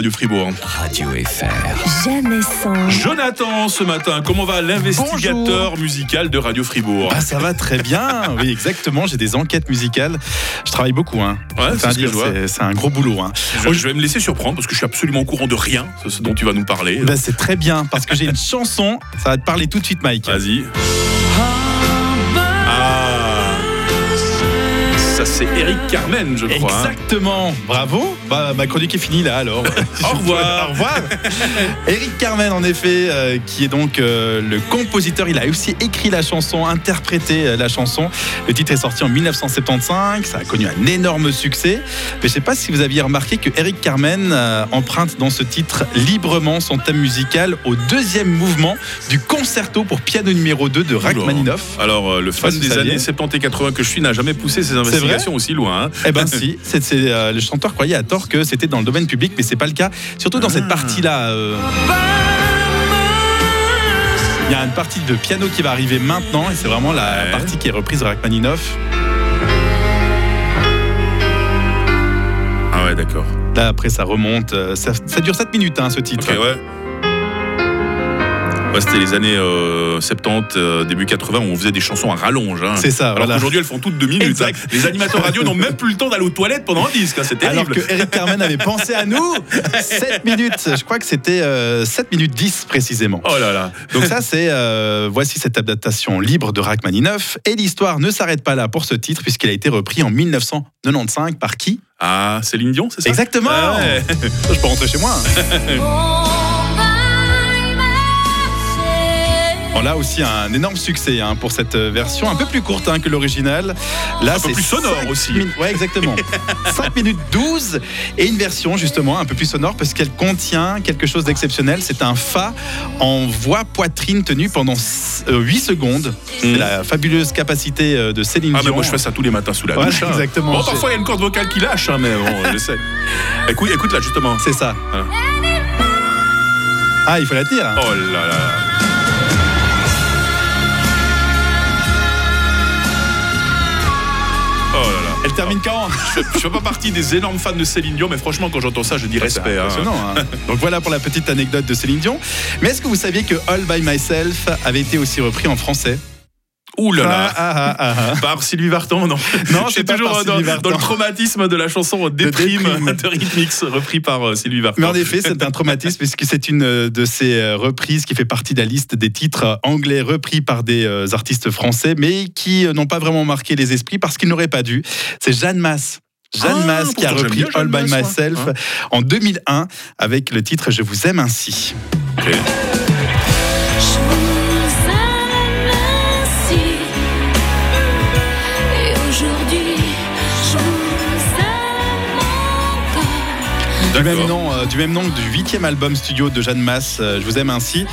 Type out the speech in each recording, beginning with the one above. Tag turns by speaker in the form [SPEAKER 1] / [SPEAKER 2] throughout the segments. [SPEAKER 1] Radio Fribourg.
[SPEAKER 2] Radio FR.
[SPEAKER 3] Jamais sans.
[SPEAKER 1] Jonathan, ce matin, comment va l'investigateur musical de Radio Fribourg
[SPEAKER 4] Ah, ça va très bien. Oui, exactement. J'ai des enquêtes musicales. Je travaille beaucoup. Hein.
[SPEAKER 1] Ouais,
[SPEAKER 4] Enfin,
[SPEAKER 1] c'est ce que
[SPEAKER 4] dire,
[SPEAKER 1] je vois.
[SPEAKER 4] c'est- C'est un gros boulot. Hein.
[SPEAKER 1] je, je vais me laisser surprendre parce que je suis absolument au courant de rien, de ce dont tu vas nous parler.
[SPEAKER 4] Bah, c'est très bien parce que j'ai une chanson. Ça va te parler tout de suite, Mike.
[SPEAKER 1] Vas-y. Ah Ça, c'est Eric Carmen, je crois. hein.
[SPEAKER 4] Exactement. Bravo. Bah, ma chronique est finie là. Alors.
[SPEAKER 1] Au revoir.
[SPEAKER 4] Au revoir. Eric Carmen, en effet, euh, qui est donc euh, le compositeur. Il a aussi écrit la chanson, interprété euh, la chanson. Le titre est sorti en 1975. Ça a connu un énorme succès. Mais je sais pas si vous aviez remarqué que Eric Carmen euh, emprunte dans ce titre librement son thème musical au deuxième mouvement du concerto pour piano numéro 2 de Rachmaninoff.
[SPEAKER 1] Alors, euh, le fan
[SPEAKER 4] sais pas si
[SPEAKER 1] des
[SPEAKER 4] vous
[SPEAKER 1] années
[SPEAKER 4] saviez.
[SPEAKER 1] 70 et 80 que je suis n'a jamais poussé ses
[SPEAKER 4] vrai
[SPEAKER 1] investigations aussi loin. hein.
[SPEAKER 4] Eh ben si, c'est, c'est, euh, le chanteur croyait à tort que c'était dans le domaine public, mais c'est pas le cas. Surtout dans
[SPEAKER 1] Ah.
[SPEAKER 4] cette partie-là. euh. Il y a une partie de piano qui va arriver maintenant, et c'est vraiment la
[SPEAKER 1] Ouais.
[SPEAKER 4] partie qui est reprise de Rachmaninoff.
[SPEAKER 1] Ah ouais, d'accord.
[SPEAKER 4] Là, après, ça remonte. euh, Ça, ça dure 7 minutes, hein, ce titre.
[SPEAKER 1] Ok, ouais. Ouais, c'était les années euh, 70, euh, début 80, où on faisait des chansons à rallonge. hein.
[SPEAKER 4] C'est ça,
[SPEAKER 1] Alors
[SPEAKER 4] voilà.
[SPEAKER 1] qu'aujourd'hui, elles font toutes deux minutes.
[SPEAKER 4] Exact.
[SPEAKER 1] hein. Les animateurs radio n'ont même plus le temps d'aller aux toilettes pendant un disque. hein, C'est terrible.
[SPEAKER 4] Alors que Eric Carmen avait pensé à nous 7 minutes, je crois que c'était euh, 7 minutes 10 précisément.
[SPEAKER 1] Oh là là.
[SPEAKER 4] Donc ça, c'est euh, voici cette adaptation libre de Rachmaninoff. Et l'histoire ne s'arrête pas là pour ce titre puisqu'il a été repris en 1995 par qui
[SPEAKER 1] Ah, Céline Dion, c'est ça
[SPEAKER 4] Exactement.
[SPEAKER 1] Ah ouais.
[SPEAKER 4] Je peux rentrer chez moi. hein. Bon, là aussi un énorme succès hein, pour cette euh, version un peu plus courte hein, que l'original. Là,
[SPEAKER 1] Un peu
[SPEAKER 4] c'est
[SPEAKER 1] plus sonore
[SPEAKER 4] cinq
[SPEAKER 1] aussi.
[SPEAKER 4] min- Ouais, exactement. 5 minutes 12 et une version justement un peu plus sonore parce qu'elle contient quelque chose d'exceptionnel. C'est un fa en voix poitrine tenue pendant 8 secondes. C'est
[SPEAKER 1] Mhm.
[SPEAKER 4] la fabuleuse capacité euh, de Céline
[SPEAKER 1] Ah, mais
[SPEAKER 4] Dion.
[SPEAKER 1] moi, je fais ça tous les matins sous la
[SPEAKER 4] Voilà,
[SPEAKER 1] douche. hein.
[SPEAKER 4] exactement.
[SPEAKER 1] Bon, parfois, il y a une corde vocale qui lâche, hein, mais bon, je sais. Écoute, écoute là, justement.
[SPEAKER 4] C'est ça.
[SPEAKER 1] Voilà.
[SPEAKER 4] Ah, il faut la tenir. hein.
[SPEAKER 1] Oh là là. Oh là là.
[SPEAKER 4] Elle termine quand
[SPEAKER 1] Je je fais pas partie des énormes fans de Céline Dion, mais franchement, quand j'entends ça, je dis respect. hein.
[SPEAKER 4] Impressionnant, hein. Donc voilà pour la petite anecdote de Céline Dion. Mais est-ce que vous saviez que All by Myself avait été aussi repris en français
[SPEAKER 1] Ouh là là.
[SPEAKER 4] Ah, ah, ah, ah.
[SPEAKER 1] Par Sylvie Vartan, non.
[SPEAKER 4] Non,
[SPEAKER 1] Je suis
[SPEAKER 4] c'est pas
[SPEAKER 1] toujours
[SPEAKER 4] par
[SPEAKER 1] dans,
[SPEAKER 4] Sylvie
[SPEAKER 1] dans le
[SPEAKER 4] Vartan.
[SPEAKER 1] traumatisme de la chanson Déprime
[SPEAKER 4] Déprime.
[SPEAKER 1] de Rhythmix, repris par euh, Sylvie Vartan.
[SPEAKER 4] Mais en effet, c'est un traumatisme puisque c'est une euh, de ces euh, reprises qui fait partie de la liste des titres euh, anglais repris par des euh, artistes français, mais qui euh, n'ont pas vraiment marqué les esprits parce qu'ils n'auraient pas dû. C'est Jeanne Masse. Jeanne
[SPEAKER 1] Ah,
[SPEAKER 4] Masse qui a
[SPEAKER 1] pourtant, j'aime
[SPEAKER 4] repris
[SPEAKER 1] bien
[SPEAKER 4] All
[SPEAKER 1] Jeanne
[SPEAKER 4] by
[SPEAKER 1] Masse, moi. Hein
[SPEAKER 4] Myself en 2001 avec le titre Je vous aime ainsi.
[SPEAKER 1] Ok.
[SPEAKER 4] Du même,
[SPEAKER 1] D'accord.
[SPEAKER 4] nom, euh, du même nom que du huitième album studio de Jeanne Masse, euh, Je vous aime ainsi.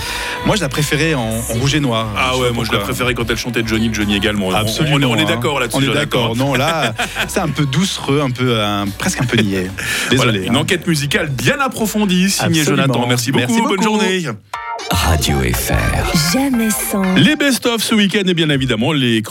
[SPEAKER 4] Moi, je la préférais en, en rouge et noir.
[SPEAKER 1] Ah
[SPEAKER 4] sais
[SPEAKER 1] ouais,
[SPEAKER 4] pas
[SPEAKER 1] moi je la
[SPEAKER 4] pourquoi.
[SPEAKER 1] préférais quand elle chantait Johnny, Johnny également. On-
[SPEAKER 4] Absolument.
[SPEAKER 1] On, on est
[SPEAKER 4] hein.
[SPEAKER 1] d'accord là-dessus.
[SPEAKER 4] On est
[SPEAKER 1] Jonathan.
[SPEAKER 4] d'accord. Non, là, c'est un peu doucereux, un peu, euh, presque un peu niais.
[SPEAKER 1] Voilà,
[SPEAKER 4] Désolé.
[SPEAKER 1] une
[SPEAKER 4] hein.
[SPEAKER 1] enquête musicale bien approfondie, signée
[SPEAKER 4] Absolument.
[SPEAKER 1] Jonathan. Merci beaucoup,
[SPEAKER 4] Merci
[SPEAKER 1] bonne
[SPEAKER 4] beaucoup.
[SPEAKER 1] journée.
[SPEAKER 2] Radio FR.
[SPEAKER 3] Jamais sans.
[SPEAKER 4] eh
[SPEAKER 1] Les best-of ce week-end et bien évidemment les